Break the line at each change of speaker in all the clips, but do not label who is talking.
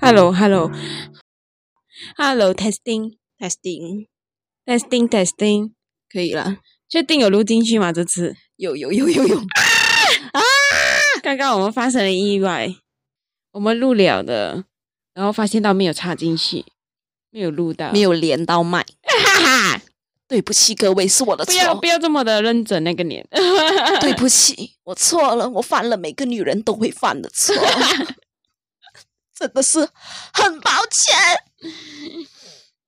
Hello, hello, hello, testing,
testing，
testing, testing，
可以啦，
确定有录进去吗？这次啊
有有有有有，
刚刚我们发生了意外，我们录了的，然后发现到没有插进去，没有录到，
没有连到麦，
哈哈，
对不起各位，是我的
不要
错
不，要这么的认真，那个脸，
对不起，我错了，我犯了每个女人都会犯的 错，真的是很抱歉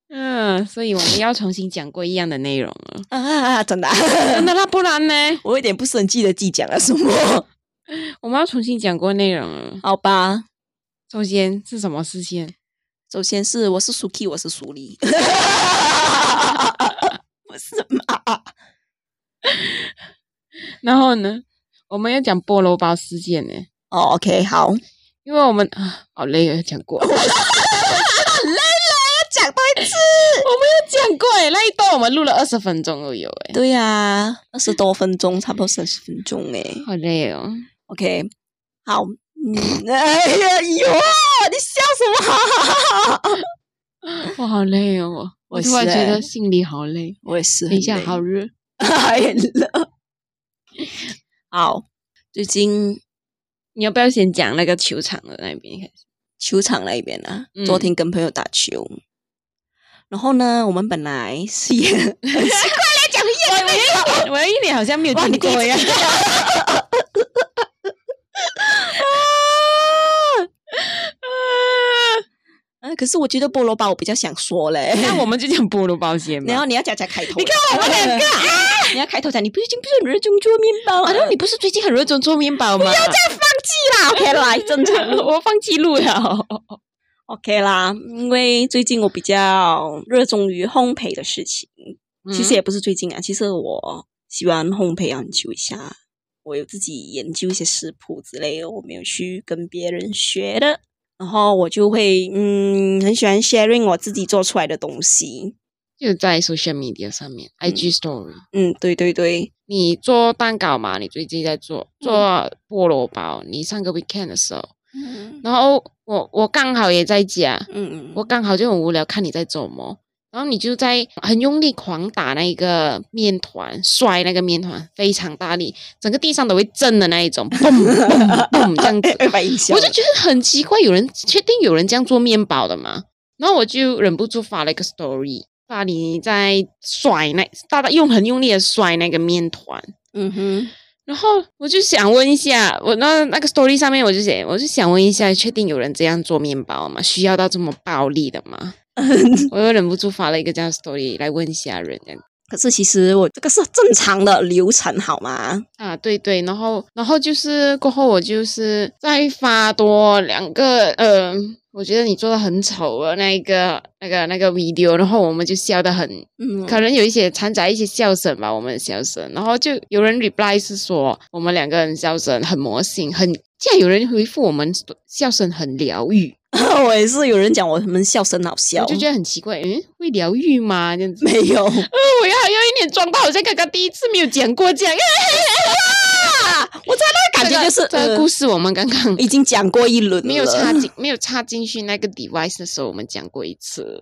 嗯，所以我们要重新讲过一样的内容 了，
啊，真的啊、
真的啦，不然呢，
我有点不生气的记讲了什 么？
我们要重新讲过内容了。
好吧，
首先是什么事先？
首先是我是苏 k 我是苏 丽，不是嘛？
然后呢，我们要讲菠萝包事件呢，
哦，OK，好，
因
要
为我们啊，好累啊，讲 过。
讲多一次，
讲过哎，那一段我们录了二十分钟都有哎，
对呀、二十多分钟，差不多三十分钟哎、
好累哦。
OK，好，嗯，哎呀，有你笑什么？
我好累哦，我
我
我突然
是
觉
欸
得心里好累。
我也是，
等一下，好，热，
太了。好，最近
你要不要先讲那个球场的那边开始？
球场那一边啊，
嗯
昨天跟朋友打球，然后呢，我们本来是也 很奇怪来讲越来越
我的一脸好像没有
哇，
听
你第一
过
次
一样。
听到啊，可是我觉得菠萝包我比较想说嘞，
那我们就讲菠萝包先
然
吧。
后你要讲讲开头，
你看我们两个，
你要开头讲，你不是已经不是热衷做面包啊？
啊啊，那你不是最近很热衷做面包吗？
啦，OK 来正常
我放记 录了。
啊，OK 啦，因为最近我比较热衷于烘焙的事情，
嗯
其实也不是最近啊，其实我喜欢烘焙啊很久一下，我有自己研究一些食谱之类的，我没有去跟别人学的，然后我就会嗯很喜欢 sharing 我自己做出来的东西，
就在 social media 上面，IG story。
嗯，对对对，
你做蛋糕嘛？你最近在做做菠萝包。你上个 weekend 的时候，
嗯
然后我我刚好也在家，
嗯
我刚好就很无聊，看你在做么，然后你就在很用力狂打那个面团，摔那个面团非常大力，整个地上都会震的那一种，砰砰砰这样子。
会把音效
我就觉得很奇怪，有人确定有人这样做面包的吗？然后我就忍不住发了一个 story，发你在甩那大大用很用力的摔那个面团。
嗯哼，
然后我就想问一下，我那那个 story 上面我就写，我就想问一下，确定有人这样做面包吗？需要到这么暴力的吗？我又忍不住发了一个这样的 story 来问一下人这样
可是其实我这个是正常的流程好吗？
啊，对对，然后然后就是过后我就是再发多两个，呃，我觉得你做的很丑的那一个那个那个 video，然后我们就笑得很
嗯
可能有一些掺杂一些笑声吧，我们的笑声。然后就有人 reply 是说我们两个人笑声很魔性，很竟然有人回复我们笑声很疗愈，
我也是有人讲我们笑声好笑，
我就觉得很奇怪，嗯，会疗愈吗？这样子，
没有
呃，我要还要一脸装到好像刚刚第一次没有讲过这样，
啊，我真的 感觉就是呃嗯
这个这个故事我们刚刚。
已经讲过一轮了，
呃没有插
嗯
进，没有插进去那个 device 的时候，我们讲过一次。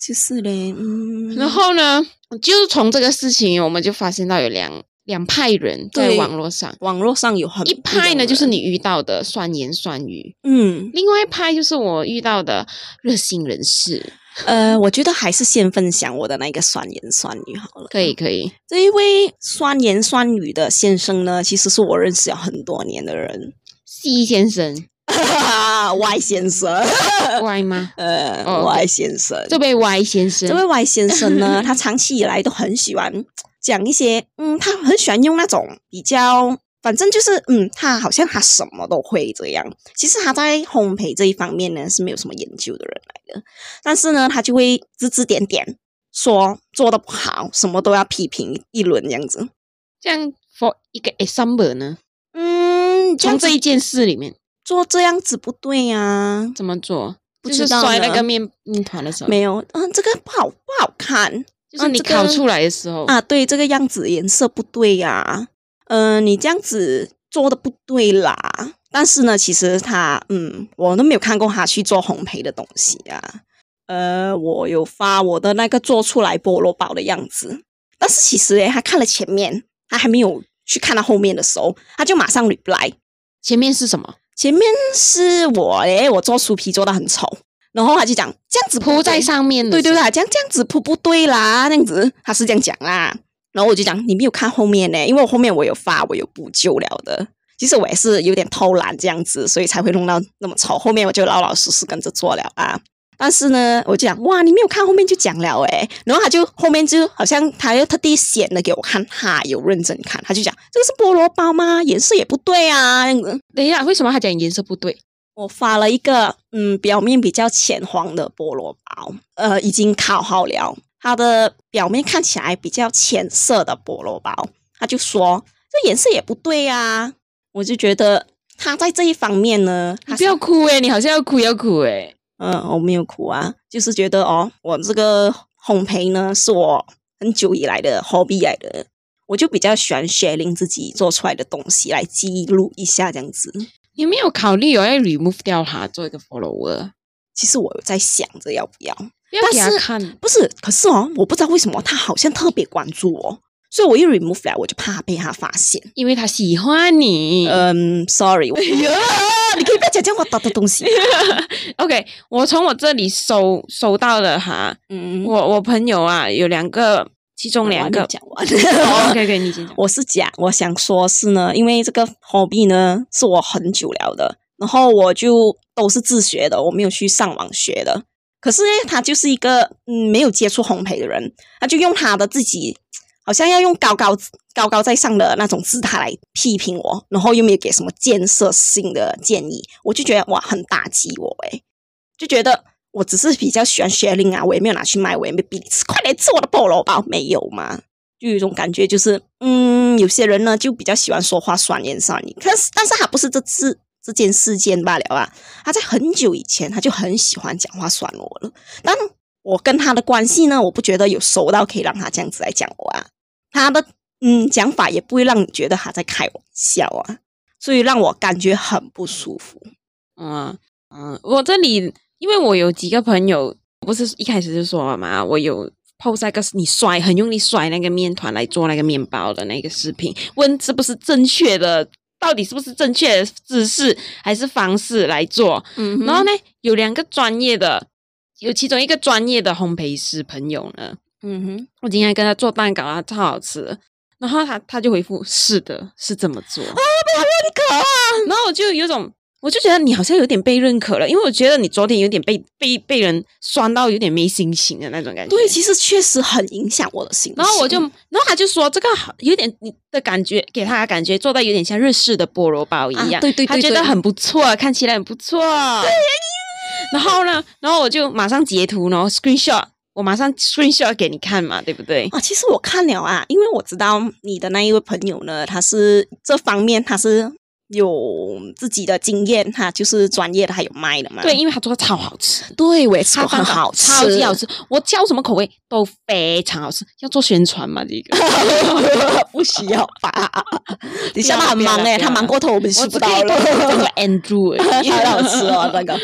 就是嘞，嗯，
然后呢，就是从这个事情，我们就发现到有两两派人在
对
网络上，
网络上有很
一派呢就是
你，
你遇到的酸言酸语，
嗯
另外一派就是我遇到的热心人士。
呃，我觉得还是先分享我的那个酸言酸语好了。
可以，可以，
这一位酸言酸语的先生呢，其实是我认识了很多年的人
C 先生
，Y 先生，
哦，Y 吗？
呃、
哦，OK
y 先生，
这位 Y 先生，
这位 Y 先 生呢，他长期以来都很喜欢讲一些，嗯，他很喜欢用那种比较，反正就是，嗯，他好像他什么都会这样。其实他在烘焙这一方面呢是没有什么研究的人来的，但是呢，他就会指指点点说做的不好，什么都要批评一轮这样子。
这样 for 一个 example 呢？
嗯，这
从
样子
这一件事里面
做这样子不对呀、啊，
怎么做？
不
就是
知道
摔那
呢
个面面团的时候，
没有，嗯，这个不好，不好看。
就是你
嗯这个
烤出来的时候，
啊，对，这个呃样子颜色不对呀、嗯、你这样子做的不对啦，但是呢，其实他，嗯，我都没有看过他去做烘焙的东西啊。呃，我有发我的那个做出来菠萝包的样子，但是其实诶，他看了前面，他还没有去看到后面的时候，他就马上 reply。
前面是什么？
前面是我诶，我做酥皮做的很丑，然后他就讲这样子不
铺在
对
上面的
对
是，
对对，这样这样子铺不对啦，这样子他是这样讲啦。然后我就讲你没有看后面呢，因为我后面我有发，我有补救了的。其实我也是有点偷懒这样子，所以才会弄到那么丑。后面我就老老实实跟着做了啊。但是呢，我就讲哇，你没有看后面就讲了诶，然后他就后面就好像他又特地显了给我看，他有认真看，他就讲这个是菠萝包吗？颜色也不对啊，这样子。
等一下，为什么他讲颜色不对？
我发了一个嗯，表面比较浅黄的菠萝包，呃，已经烤好了，它的表面看起来比较浅色的菠萝包，他就说这颜色也不对啊，我就觉得他在这一方面呢，
你
他
不要哭
欸
诶、你好像要哭要哭诶、
嗯、我没有苦啊，就是觉得哦，我这个烘焙呢是我很久以来的 hobby 来的，我就比较喜欢 sharing 自己做出来的东西来记录一下这样子。
你没有考虑有哦要 remove 掉他做一个 follower，
其实我有在想着要不要。
不要
但
给他
是
看。
不是，可是哦，我不知道为什么他好像特别关注我，所以我一 remove 来，我就怕被他发现。
因为他喜欢你。
嗯，sorry，哎呀， 你可以不要讲这样我打的东西。
OK，我从我这里收收到了哈，
嗯，
我我朋友啊有两个，其中两
我还没
个。
讲完。
OK OK，你先讲。
我是讲，我想说是呢，因为这个 hobby 呢是我很久了的，然后我就都是自学的，我没有去上网学的。可是呢，他就是一个嗯没有接触烘焙的人，他就用他的自己嗯好像要用高高高高在上的那种姿态来批评我，然后又没有给什么建设性的建议，我就觉得哇很打击我诶，就觉得我只是比较喜欢 sharing 啊，我也没有拿去卖，我也没逼你吃，快来吃我的菠萝包，没有嘛？就有一种感觉，就是嗯，有些人呢就比较喜欢说话酸言酸语，可是但是他不是这次这件事件罢了啊，他在很久以前他就很喜欢讲话酸我了，但我跟他的关系呢，我不觉得有熟到可以让他这样子来讲我啊，他的嗯讲法也不会让你觉得他在开玩笑啊，所以让我感觉很不舒服。
嗯嗯，我这里因为我有几个朋友，不是一开始就说了嘛，我有 post 那个你甩很用力甩那个面团来做那个面包的那个视频，问是不是正确的，到底是不是正确的姿势还是方式来做？
嗯
然后呢，有两个专业的，有其中一个专业的烘焙师朋友呢，
嗯哼，
我今天跟他做蛋糕啊，超好吃的。然后他他就回复是的，是这么
啊
做。
可啊，
然后我就有种，我就觉得你好像有点被认可了，因为我觉得你昨天有点被被被人酸到有点没心情的那种感觉。
对，其实确实很影响我的心情。啊
然后我就，然后他就说这个好有点你的感觉，给他的感觉做到有点像日式的菠萝包一样，
啊对对对
他觉
对
得很不错，看起来很不错。然后呢，然后我就马上截图，然后 screenshot，我马上 screenshot 给你看嘛，对不对？
啊，其实我看了啊，因为我知道你的那一位朋友呢，他是这方面他是有自己的经验，他就是专业的，还有卖的嘛。
对，，因为他做的超好吃，
对，我也吃
他
过，很
蛋糕
好吃，
超级 好。吃。我叫什么口味都非常好吃，要做宣传嘛，这个。
不需要吧？你下
不要
他很
不要
忙
了
哎、
不要
他忙
了
过 头，我们
我
吃
只可
不到
以
了
多。这个 Andrew，而 已
太 好吃哦 了，那个。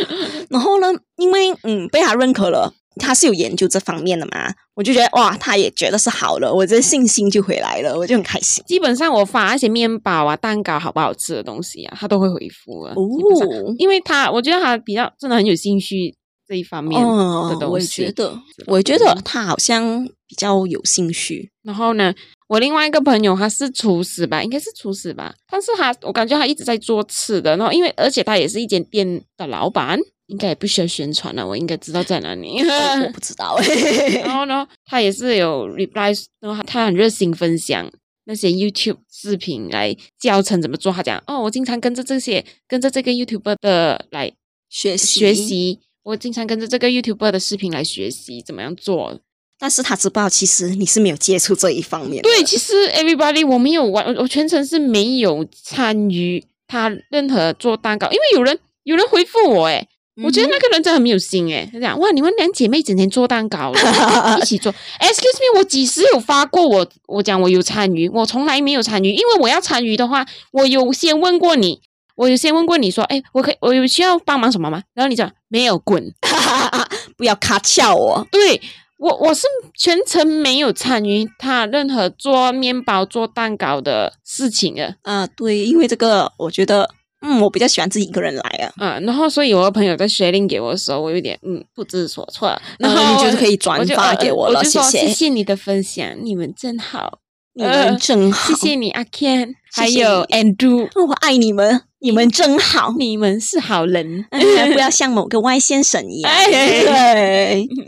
然后呢，因为嗯被他认可了，他是有研究这方面的嘛，我就觉得哇，他也觉得是好了，我这信心就回来了，我就很开心。
基本上我发那些面包啊、蛋糕好不好吃的东西啊，他都会回复啊。
哦
基本上，因为他我觉得他比较真的很有兴趣这一方面
哦，
的
我
东
也
西。
觉得，我也觉
嗯
得他好像比较有 兴趣。
然后呢，我另外一个朋友他是厨师吧，应该是厨师吧，但是他我感觉他一直在做吃的，然后因为而且他也是一间店的老板，应该也不需要宣传了，我应该知道在哪里。
我我不 知道、欸。
然后呢，他也是有 reply，然后他很热心分享那些 YouTube 视频来教程怎么做。他讲哦，我经常跟着这些跟着这个 YouTuber 的来
学习
学，习，我经常跟着这个 YouTuber 的视频来学习怎么样做。
但是他知道其实你是没有接触这一方面的。
对，其实 everybody 我没有玩，我我全程是没有参与他任何做蛋糕，因为有人有人回复我诶。我觉得那个人真的很没有心诶、他讲哇，你们两姐妹整天做蛋糕了，一起做。Excuse me，我几时有发过我？我讲我有参与，我从来没有参与，因为我要参与的话，我有先问过你，我有先问过你说，哎，我可以我有需要帮忙什么吗？然后你讲没有，滚。
嗯不要卡翘我。
对我我是全程没有参与他任何做面包、做蛋糕的事情的
啊，对，因为这个我觉得，嗯，我比较喜欢自己一个人来啊。
啊。然后，所以我的朋友在 sharing 给我的时候，我有点嗯不知所措。然后、
你就是可以转
我就
发
呃
给
我
了，
就
谢
说谢
谢，
谢你的分享，你们真好，
你们真好，
谢谢你阿 Ken，
谢
还
谢
有 Andrew，
我爱你们，你们真好，
你们是好人。
哎 不要像某个外先生一
嗯
样。
哎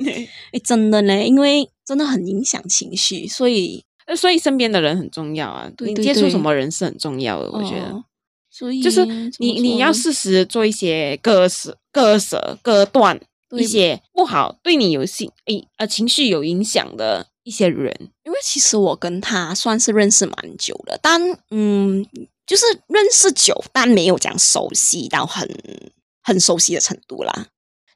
对，哎，真的呢，因为真的很影响情绪，所以
呃所以身边的人很重要啊，
对
你
对
接触
对
什么人是很重要的，我觉得。
哦所以
就是
怎么
你
说
你要
呢
适时做一些割舍、割舍、割断
对
一些不好对你有兴诶呃情绪有影响的一些人。
因为其实我跟他算是认识蛮久的，但嗯，就是认识久，但没有讲熟悉到很很熟悉的程度啦。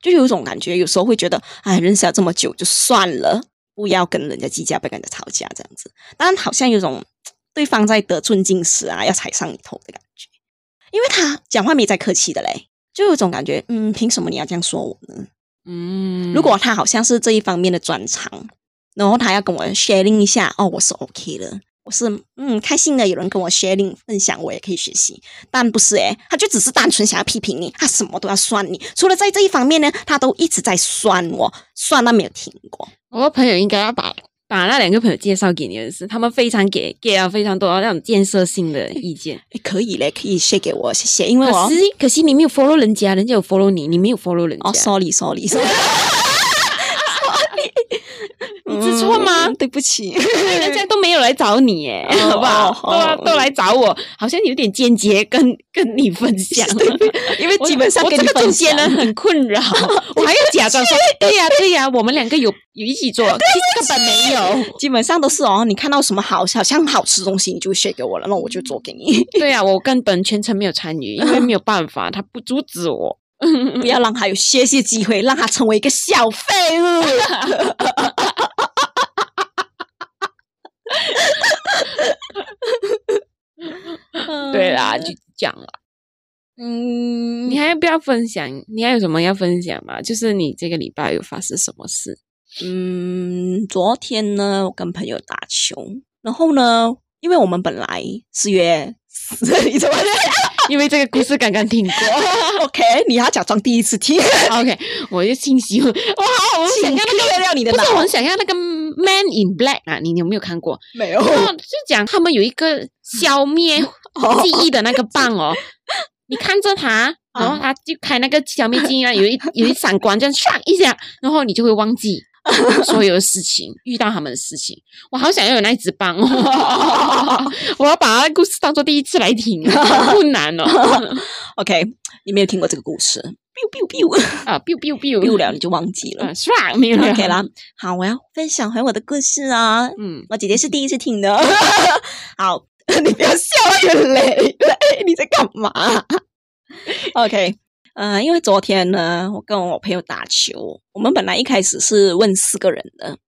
就有一种感觉，有时候会觉得，哎，认识了这么久就算了，不要跟人家计较，不要跟人家吵架这样子。但好像有种对方在得寸进尺啊，要踩上你头的感觉，因为他讲话没在客气的嘞，就有一种感觉，嗯，凭什么你要这样说我呢？
嗯
如果他好像是这一方面的专长，然后他要跟我 sharing 一下，哦，我是 OK 的，我是嗯开心的，有人跟我 sharing 分享，我也可以学习。但不是诶，他就只是单纯想要批评你，他什么都要酸你，除了在这一方面呢，他都一直在酸我，酸到没有停过。
我的朋友应该要把把那两个朋友介绍给你的是，他们非常给给了非常多那种建设性的意见。
诶，可以嘞，可以 share 给我，谢谢， 因为
可
我
惜可惜你没有 follow 人家，人家有 follow 你，你没有 follow 人家。
哦，sorry，sorry，sorry。sorry，sorry，sorry
你知错吗
嗯对不起，
对 人家都没有来找你耶，
哦
好不好？都
哦
来
哦
都来找我，好像有点间接跟跟你分 享，
嗯因为
我
基本上
我
跟
这
你
个
分
中间呢
享
很困扰， 我还要假装说，对呀、对呀、我们两个有有一起 做，其实根本没有。
基本上都是哦，你看到什么好好像好吃的东西，你就会 share 给我了，那我就做给你，
对啊呀、我根本全程没有参与，因为没有办法，他不阻止我。嗯
不要让他有歇息机会，让他成为一个小废 物。
对啦，就讲了。
嗯，
你还要不要分享？你还有什么要分享吗？就是你这个礼拜有发生什么事？
嗯，昨天呢，我跟朋友打球，然后呢，因为我们本来是 约你怎么
因为这个故事刚刚 听过。
OK？你要假装第一次听，
OK，我就清晰了。哇，我想
请
要那个，
割掉你的
不
脑
是我很想要那个《Man in Black》啊，你你有没有看过？
没有？
然后就讲哦他们有一个消灭
哦
记忆的那个棒哦，你看着它，然后它就开那个消灭记忆啊，有一有一闪光这样唰一下，然后你就会忘记所有的事情，遇到他们的事情。我好想要有那一支棒哦， 我要把它故事当做第一次来听，好困难 哦
OK，你没有听过这个故事？biu biu biu
啊，biu biu
biu
biu，
了你就忘记了
啊。唰没有了
OK 啦，好，我要分享回我的故事啊。
嗯，
我姐姐是第一次听的。好， 你不要笑，我有泪了。 你在干嘛 ？OK，呃，因为昨天呢，我跟我朋友打球，我们本来一开始是问四个人的。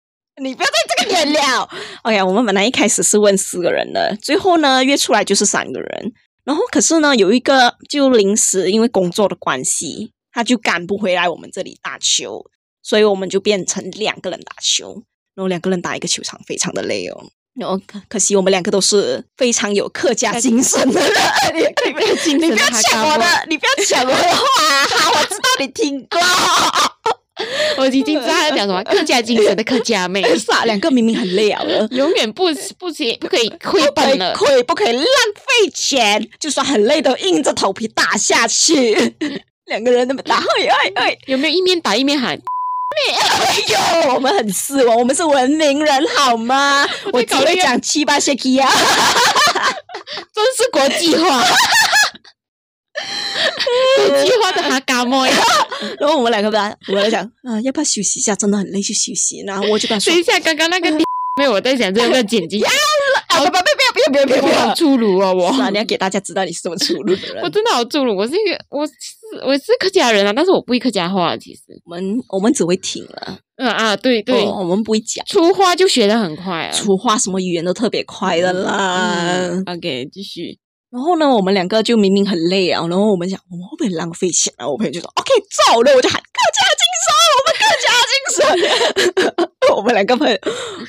你不要在这个点了。OK，我们本来一开始是问四个人的，最后呢约出来就是三个人。然后可是呢，有一个就临时因为工作的关系，他就赶不回来我们这里打球，所以我们就变成两个人打球。然后两个人打一个球场，非常的累哦。然后可可惜我们两个都是非常有客家精神的 人，你你不要
精神
你不要
的哈
抢
嘎
我的
布，
你不要抢我的话，好，我知道你听过。
我已经知道他在讲什么客家精神的客家妹，
傻，两个明明很累啊了。
永远不不行，不可以亏
不可以
本了。
亏不可以浪费钱，就算很累都硬着头皮打下去。两个人那么打，哎哎哎，
有没有一面打一面喊？
哎呦，我们很斯文，我们是文明人好吗？我只
在搞那
会
个
讲七八 shake 啊。
真是国际化，国际化的哈嘎莫呀！
然后我们两个吧，我们就讲，啊，要不要休息一下？真的很累，就休息。然后我就跟他说
等，一下，刚刚那个妹，我在想这个剪辑，
啊，不不不，不要不要不要不
我
要
好粗鲁哦，我
是啊，你要给大家知道你是什么出路的人
我。真的好粗鲁，我是一个我是我是客家人啊，但是我不会客家话，其实，
我们我们只会听了，
嗯啊，对对，
哦我们不会讲，
粗话就学的很快啊，
粗话什么语言都特别快的啦。
嗯 OK，继续。
然后呢，我们两个就明明很累啊，然后我们想我们会不会浪费钱啊？我朋友就说 OK 走了，我就喊客家精神， 我们客家精神。我们两个朋友，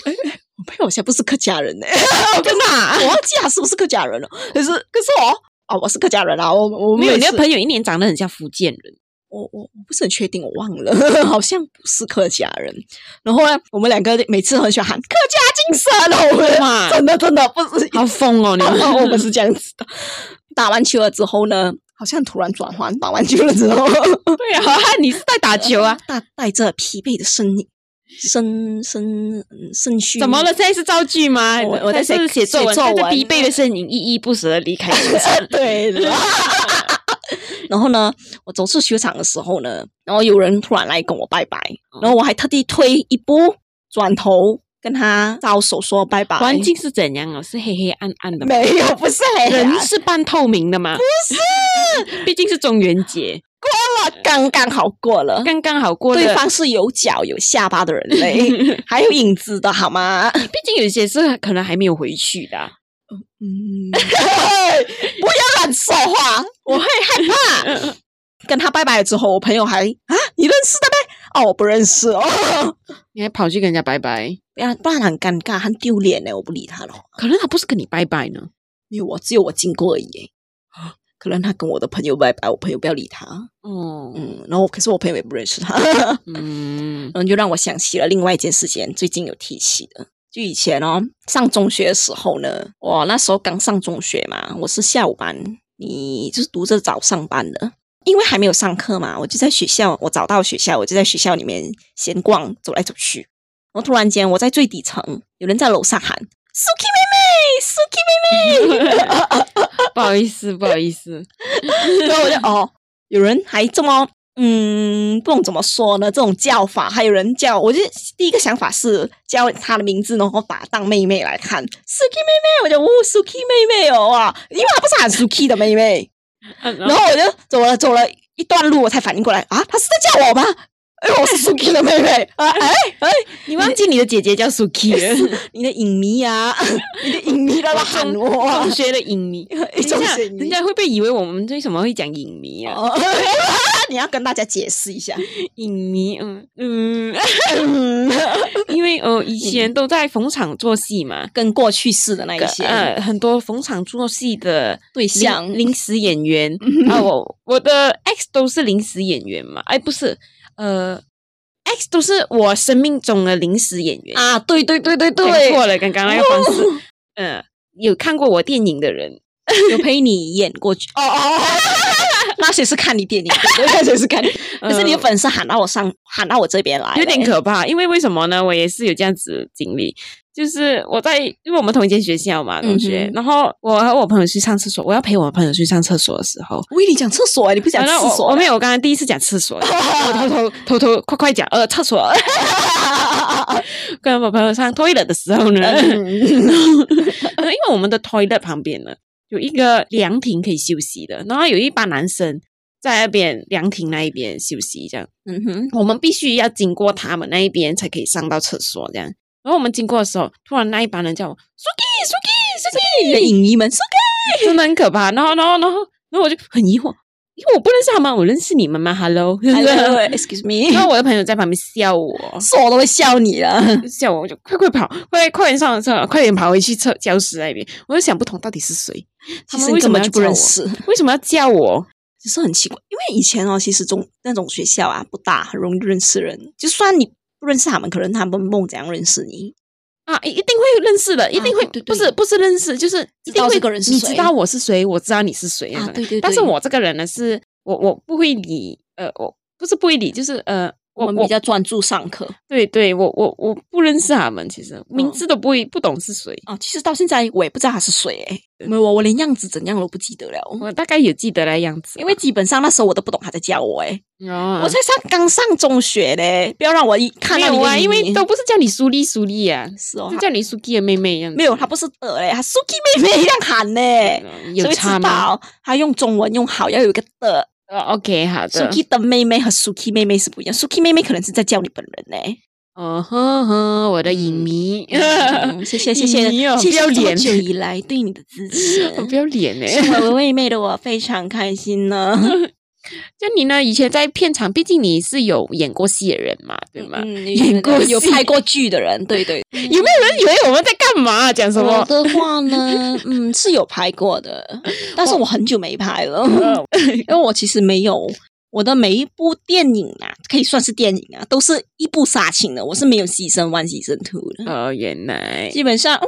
哎，我朋友好像不是客家人 呢、
干嘛？
我忘记他是不是客家人啊了。可是可是我啊、我是客家人啊，我我
没有，
每
你的
次
朋友一脸长得很像福建人，
我我我不是很确定，我忘了， 好像不是客家人。然后呢，我们两个每次很喜欢喊客家精神哦，我们
哇，
真的真的不是
好疯哦！你们
我们是这样子的。打完球了之后呢，好像突然转换，打完球了之 后，
对啊，你是在打球啊？
带带着疲惫的身影，身身嗯身躯
怎么了？？现在是造句吗？
我我在
现
写
是写作文，
写作
带着
文
疲惫的身影，依依不舍的离开球场。
对了。然后呢，我走出球场的时候呢，然后有人突然来跟我拜拜，然后我还特地退一步，转头跟他招手说拜拜。
环境是怎样啊？是黑黑暗暗的吗？
没有，不是很
人是半透明的吗？啊不是， 毕竟是中元节，
啊刚刚好过了。
刚刚好过
对
的。
方是有脚有下巴的人类， 还有影子的好吗？
毕竟有些是可能还没有回去的啊。
嗯， 不要乱说话， 我会害怕。跟他拜拜了之后，我朋友还啊，你认识的呗？哦，我不认识哦，
你还跑去跟人家拜拜，
不然不然很尴尬，很丢脸呢。我不理他了，
可能他不是跟你拜拜呢。
因为我只有我经过而已。可能他跟我的朋友拜拜，我朋友不要理他。
哦，
嗯，然后可是我朋友也不认识他，
嗯，
然后就让我想起了另外一件事情，最近有提起的。就以前哦，上中学的时候呢，我那时候刚上中学嘛，我是下午班，你就是读着早上班的，因为还没有上课嘛，我就在学校，我找到学校，我就在学校里面闲逛，走来走去。然后突然间，我在最底层，有人在楼上喊 “Suki 妹妹，Suki 妹妹”，
不好意思，不好意思，
所以我就哦，有人还这么嗯，不懂怎么说呢，这种叫法，还有人叫，我就第一个想法是叫她的名字，然后把她当妹妹来看，Suki 妹妹，我就哦，Suki 妹妹哦哇，因为她不是喊 Suki 的妹妹，
啊
哦
然
然后我就走了走了一段路，我才反应过来啊，她是在叫我吗？哎，我是 Suki 的妹妹 啊！哎哎，
你忘记你的姐姐叫 Suki 了，
你的影迷啊， 你的影迷在那喊我啊
中，学的影迷。
一
等
种
一下，
影
人
迷。
家会不会以为我们为什么会讲影迷啊？
哦 你要跟大家解释 一下。
影迷，嗯嗯，
嗯
因为呃以前都在逢场作戏嘛，
跟过去式的那一些、
呃很多逢场作戏的
对
临
象，嗯
临时演 员啊，我我的 X 都是临时演员嘛，哎不是，呃 X 都是我生命中的临时演员
啊，对对对对
讲
对，哦
错了，刚刚那个方式，嗯、有看过我电影的人，
有陪你演过去。哦哦， 那些是看 你电影，对那些是看你。可是你
呃
的粉丝喊到我上，喊到我这边来，
有点。可怕，因为为什么呢？我也是有这样子的经历，就是我在，因为我们同一间学校嘛，同学，
嗯哼
然后我和我朋友去上厕所，我要陪我朋友去上厕所的时候，
喂，你讲厕所，你不讲
然后
厕
啊我
所？
我没有，我刚刚第一次讲厕 所，我偷偷偷偷快快讲，呃，厕所， 跟我朋友上 toilet 的时候呢，
嗯
嗯因为我们的 toilet 旁边呢有一个凉亭可以休息的，然后有一帮男生在那边凉亭那一边休息，这样
嗯哼，
我们必须要经过他们那一边才可以上到厕所，这样。然后我们经过的时候，突然那一帮人叫我 “Suki Suki
你的
Suki”，
影迷们说
真的很可怕。然后然后然后然后我就很疑惑，因为我不认识他们，我认识你们吗？Hello，
，Hello，Excuse
然
me，
后我的朋友在旁边笑我，
说我都会笑你啊了。
笑我，我就快快跑，快快点上了厕所，快点跑回去厕教室那边。我就想不通到底是谁，他们
其实
为
你
什
根
么
本
要
就不
叫
认
我
识，
为什么要叫我？
只是很奇怪，因为以前哦，其实中那种学校啊不大，很容易认识人。就算你不认识他们，可能他们梦怎样认识你？
啊，一一定会认识的，一
啊
定会，
对对
不
对
是不是认识，就是一
知
定
道
会
这个人是
你
谁啊
知道我是谁，我知道你是谁那种
对对
但是
对
我这个人呢，是我我不会理，呃，我不是不会理，就是呃，我
我们比
我
较专注上课
对对，我我我不认识他们，其实名
嗯
字都不会不懂是谁，
啊。其实到现在我也不知道他是谁、欸，没有我我连样子怎样都不记得了，
我大概有记得的样子吧，啊
因为基本上那时候我都不懂他在叫我、欸，
哦
我才上刚上中学嘞，不要让我一看
没
到
有
你的
啊，因为
名
都不是叫你苏丽苏丽啊，
是哦
就，
他
叫你苏 k 的妹妹一样子，
没有他不是的嘞，他 Suki 妹妹一样喊嘞，
嗯 有
谁会
差
知
吗、
道他用中文用好要有一个的
哦、？OK，好的。
，Suki 的妹妹和 Suki 妹妹是不一样，Suki 妹妹可能是在叫你本人嘞，
哦呵呵，我的影
嗯
迷，
嗯谢谢谢谢
你有
谢
不要
谢多
脸，
久以来对你的支持
我 不要脸 哎、
身为妹妹的我非常开 心呢。
就你呢？以前在片场，毕竟你是有演过戏的人嘛，对吗？
嗯，
演嗯过
有
戏
拍过剧的人，对对。
有没有人以为我们在干嘛、讲什
我
么？
的话 呢，嗯，是有拍过的，但是我很久没拍了， 因为我其实没有我的每一部电影啊，可以算是电影啊，都是一部杀青的，我是没有牺牲 one 牺牲 two 的，
哦，原来，
基本上会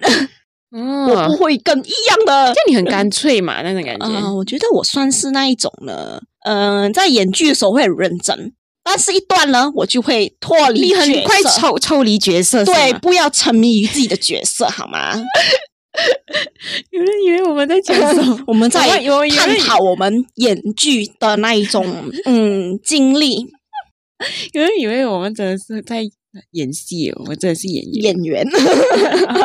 断，我不
哦，
会跟一样的。
就你很干脆嘛，那种感觉。
啊、我觉得我算是那一种呢，嗯、在演剧的时候会很认真，但是一段呢，我就会脱离
你
角色，
很快抽抽离角色，是
对，
吗
不要沉迷于自己的角色，好吗？
有人以为我们在讲什么？
我们在
我有有
探
人
讨我们演剧的那一 种嗯经历，
有人以为我们真的是在演戏，我们真的是演员。
演员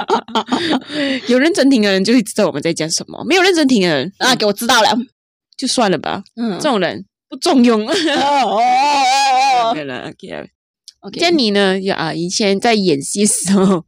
有认真听的人就会知道我们在讲什么，没有认真听的人
啊，给我知道了，
就算了吧，
嗯
这，种人不中用。
哦哦哦哦
对了，OK。
，OK，
像你呢？有啊，以前在演戏的时候，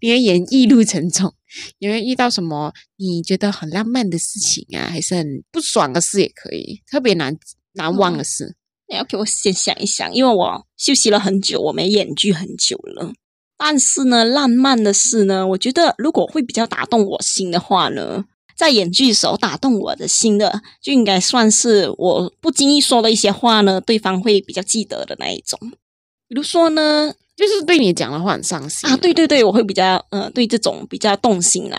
你的演艺路程中，有没有遇到什么你觉得很浪漫的事情啊，还是很不爽的事也可以，特别难难忘
嗯
的事？
你要给我先想一想，因为我休息了很久，我没演剧很久了。但是呢，浪漫的事呢，我觉得如果会比较打动我心的话呢，在演剧的时候打动我的心的，就应该算是我不经意说的一些话呢，对方会比较记得的那一种。比如说呢，
就是对你讲的话很伤心
啊，对对对，我会比较呃对这种比较动心啦。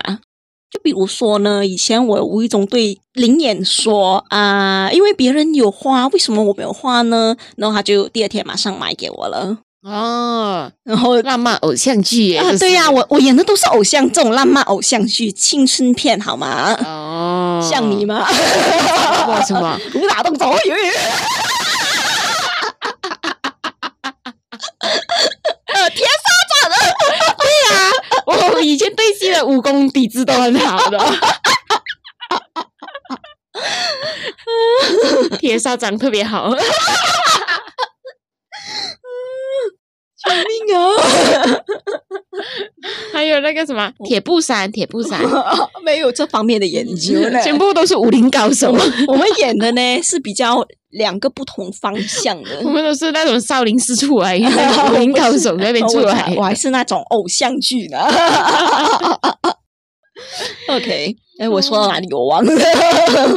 就比如说呢，以前我无意中对林演说啊、因为别人有花，为什么我没有花呢？然后他就第二天马上买给我了。
哦，
然后啊
浪漫偶像剧耶
啊，对呀、我我演的都是偶像这种浪漫偶像剧、青春片，好吗？
哦，
像你吗？
哇 什么？
无打动早会有。
我以前对戏的武功底子都很好的。 铁砂掌特别好，
命 啊！
还有那个什么铁布衫，铁布 衫，
没有这方面的研究呢。
嗯全部都是武林高手
我。们我们演的呢是比较两个不同方向的。
我们都是那种少林寺出来， 那种武林高手那边
哦
出
我
来
还 我。还是那种偶像剧呢。OK，哎，我说到哪里？我忘了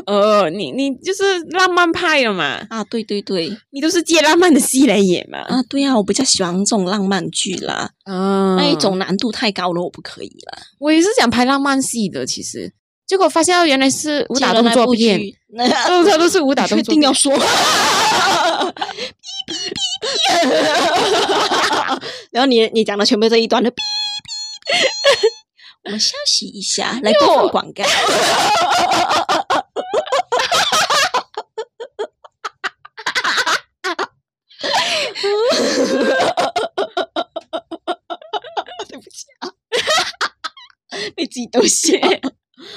哦，你你就是浪漫派了嘛？
啊！对对对
你都是借浪漫的戏来演嘛？
啊，对啊，我比较喜欢这种浪漫剧啦，
哦
那一种难度太高了，我不可以啦。
我也是想拍浪漫戏的，其实结果发现原来是武打
记得
动
那
作
部
片，
剧，
都他都是武打 动
确
作
定
片。
哦要说。然后你你讲的全部这一段的哔哔哔，我们休息一下，来播放广告。 对不起啊，被自己都 写。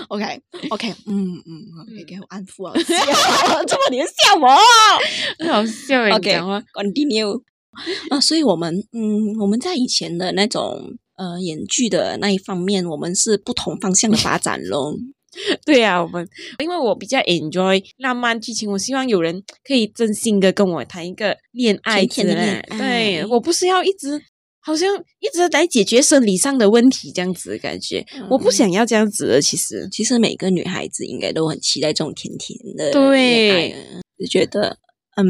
OK OK，嗯嗯，OK，给我安抚啊，这么你就笑我
很 好笑诶
OK
你讲话。
，continue 啊，所以我们嗯，我们在以前的那种呃演剧的那一方面，我们是不同方向的发展 咯。
对呀、我们因为我比较 enjoy 浪漫剧情，我希望有人可以真心的跟我谈一个恋爱之
甜甜的
类。
恋爱
对我不是要一直好像一直来解决生理上的问题这样子的感觉，我不
嗯
想要这样子的。其实
其实每个女孩子应该都很期待这种甜甜的恋爱
对
啊，就觉得嗯，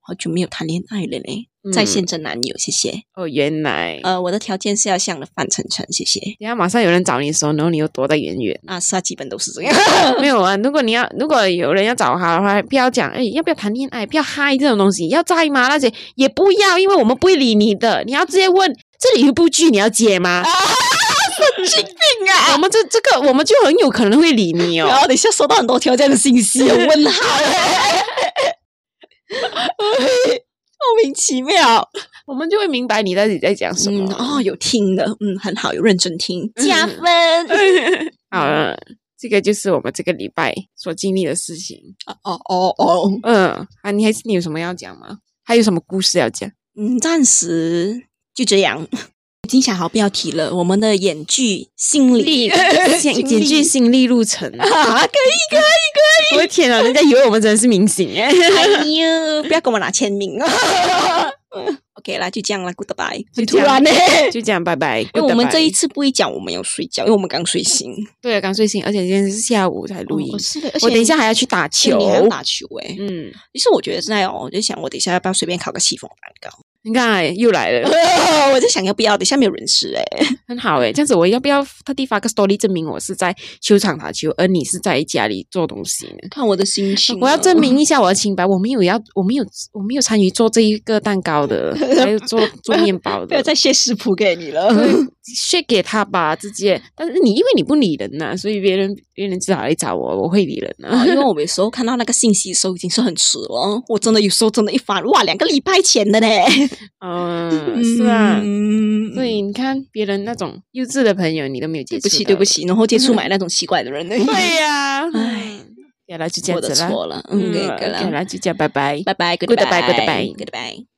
好久没有谈恋爱了嘞，在线
嗯
真男友，谢谢。
哦，原来。
呃，我的条件是要像的范丞丞，谢谢。。
等一下马上有人找你的时候，然后你又躲在远远
啊，是啊，基本都是这样。
没有啊，如果你要，如果有人要找他的话，不要讲，哎，要不要谈恋爱？不要嗨这种东西，要在吗？那些也不要，因为我们不会理你的。你要直接问，这里有一部剧，你要接吗？
神经病啊！
我们这这个我们就很有可能会理你
然
哦。
后等一下收到很多条件的信息，有问号， 莫名其妙。
我们就会明白你到底在讲什么
嗯，。哦，有听的，嗯，很好，有认真听，加分。
好了，这个就是我们这个礼拜所经历的事情。
哦哦哦，
嗯，啊，你还是你有什么要讲吗？还有什么故事要讲？
嗯，暂时就这样。金小豪不要提了，我们的演剧心 理
历哎简
经
简
历。
剧心历路 程
啊，可以可
我
以。
的天啊，人家以为我们真的是明星哎。
哎呦，不要跟我拿签名啊 ！OK 啦，就这样啦，Goodbye。
就这
很突
样
然呢、
就哎这样，拜拜。
因为我们这一
goodbye
次不会讲我们有睡觉，因为我们刚睡醒。
对啊刚睡醒，而且今天是下午才录音
哦，是的，而且
我等一下还要去打
对
球。
你还要打球哎、
嗯，
其实我觉得现在哦，我就想我等一下要不要随便烤个戚风蛋糕？
你看哎又来了，
我就想要不要，等一下没有人吃哎、
很好哎。这样子我要不要特地发个 story 证明我是在球场打球，而你是在家里做东西呢？
看我的心情，
我要 证。明一下我的清白，我没有要，我没有，我没有参与做这一个蛋糕 的，还有做做面包
不要
的。
再写食谱给你了。
share 给他吧，直接。但是你因为你不理人呐、所以别人别人至少来找我，我会理人啊。
啊因为我有时候看到那个信息的时候已经是很迟了，我真的有时候真的一翻，哇，两个礼拜前的呢。
嗯，是啊。
嗯
所以你看，别人那种幼稚的朋友，你都没有接
对
触。嗯
不起，对不。起，然后接触买那种奇怪的人呢。
对呀、
唉
唉，原来就这
我
样
的
子啦。
错了，嗯，
嗯
给
，OK
了，
啦，就这样，拜拜。
拜拜
Goodbye，
，goodbye，goodbye，goodbye。
goodbye
goodbye